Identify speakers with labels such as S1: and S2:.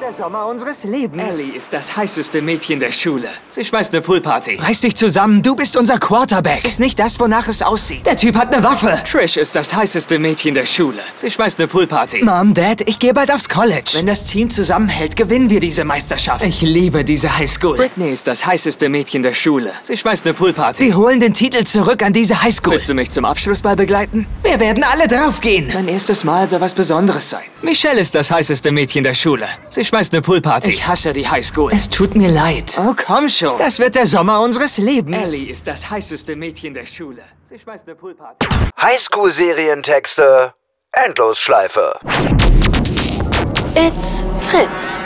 S1: der Sommer unseres Lebens.
S2: Ellie ist das heißeste Mädchen der Schule. Sie schmeißt eine Poolparty.
S3: Reiß dich zusammen, du bist unser Quarterback. Ist nicht das, wonach es aussieht. Der Typ hat eine Waffe.
S2: Trish ist das heißeste Mädchen der Schule. Sie schmeißt eine Poolparty.
S3: Mom, Dad, ich gehe bald aufs College.
S2: Wenn das Team zusammenhält, gewinnen wir diese Meisterschaft.
S3: ich liebe diese Highschool.
S2: Britney ist das heißeste Mädchen der Schule. Sie schmeißt eine Poolparty.
S3: Wir holen den Titel zurück an diese Highschool.
S2: Willst du mich zum Abschlussball begleiten?
S3: Wir werden alle draufgehen.
S2: Mein erstes Mal soll was Besonderes sein. Michelle ist das heißeste Mädchen der Schule. Sie schmeißt eine Poolparty. Ich hasse die Highschool.
S3: Es tut mir leid.
S2: Oh, komm schon.
S3: Das wird der Sommer unseres Lebens.
S2: Ellie ist das heißeste Mädchen der Schule. Sie schmeißt eine Poolparty.
S4: Highschool-Serientexte, Endlosschleife.
S5: It's Fritz.